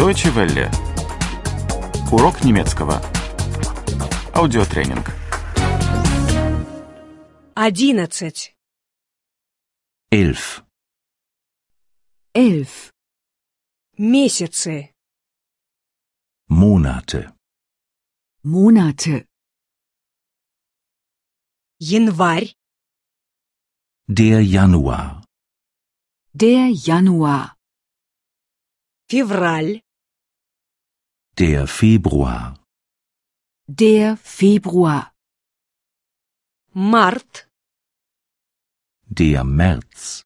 Deutsche Welle. Урок немецкого. Аудиотренинг. 11. Elf. elf, Месяцы. Monate. Monate, Январь, Der Januar. der Januar, февраль, Der Februar. der Februar, март, Der März.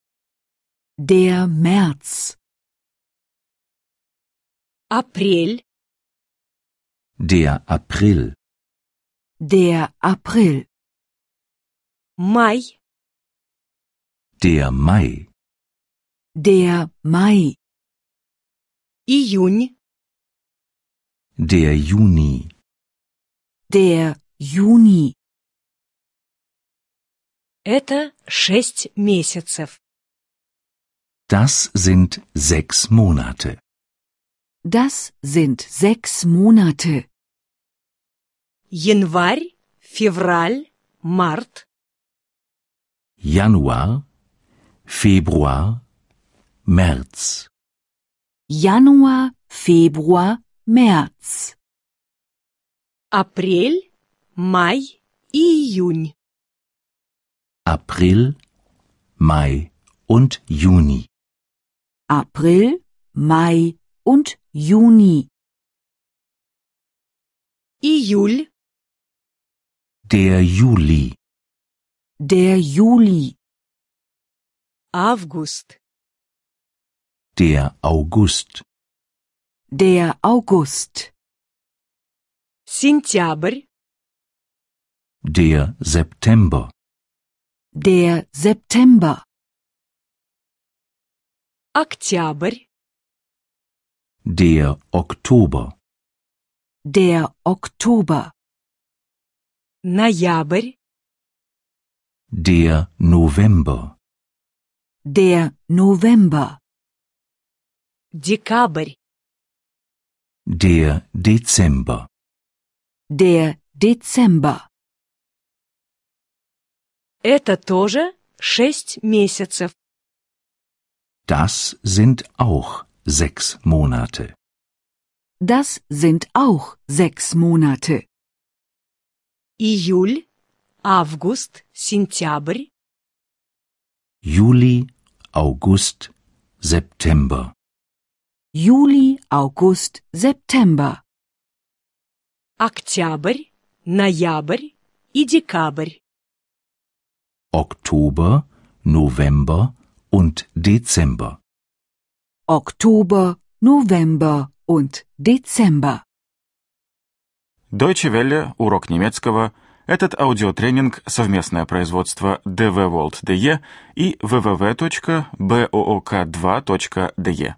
der März, апрель, Der April. der April, май, Der Mai. der Mai, июнь, Der Juni. der Juni. это шесть месяцев. Das sind sechs Monate. Das sind sechs Monate. Январь, февраль, март, Januar. Februar. März. Januar, Februar, März, апрель, май и июнь. April. Mai und Juni. April, Mai und Juni. Июль, Der Juli. Der Juli, август, Der August. der August, сентябрь, Der September. der September, октябрь, Der Oktober. der Oktober, ноябрь, Der November. der November, декабрь, Der Dezember. der Dezember. это тоже шесть месяцев. Das sind auch sechs Monate. Das sind auch sechs Monate. июль, август, сентябрь, Juli, August, September. Juli, August, September, октябрь, ноябрь и декабрь, Oktober, November und Dezember. Oktober, November und Dezember. Deutsche Welle. Урок немецкого. Этот аудиотренинг – совместное производство DW World DE и www.book2.de.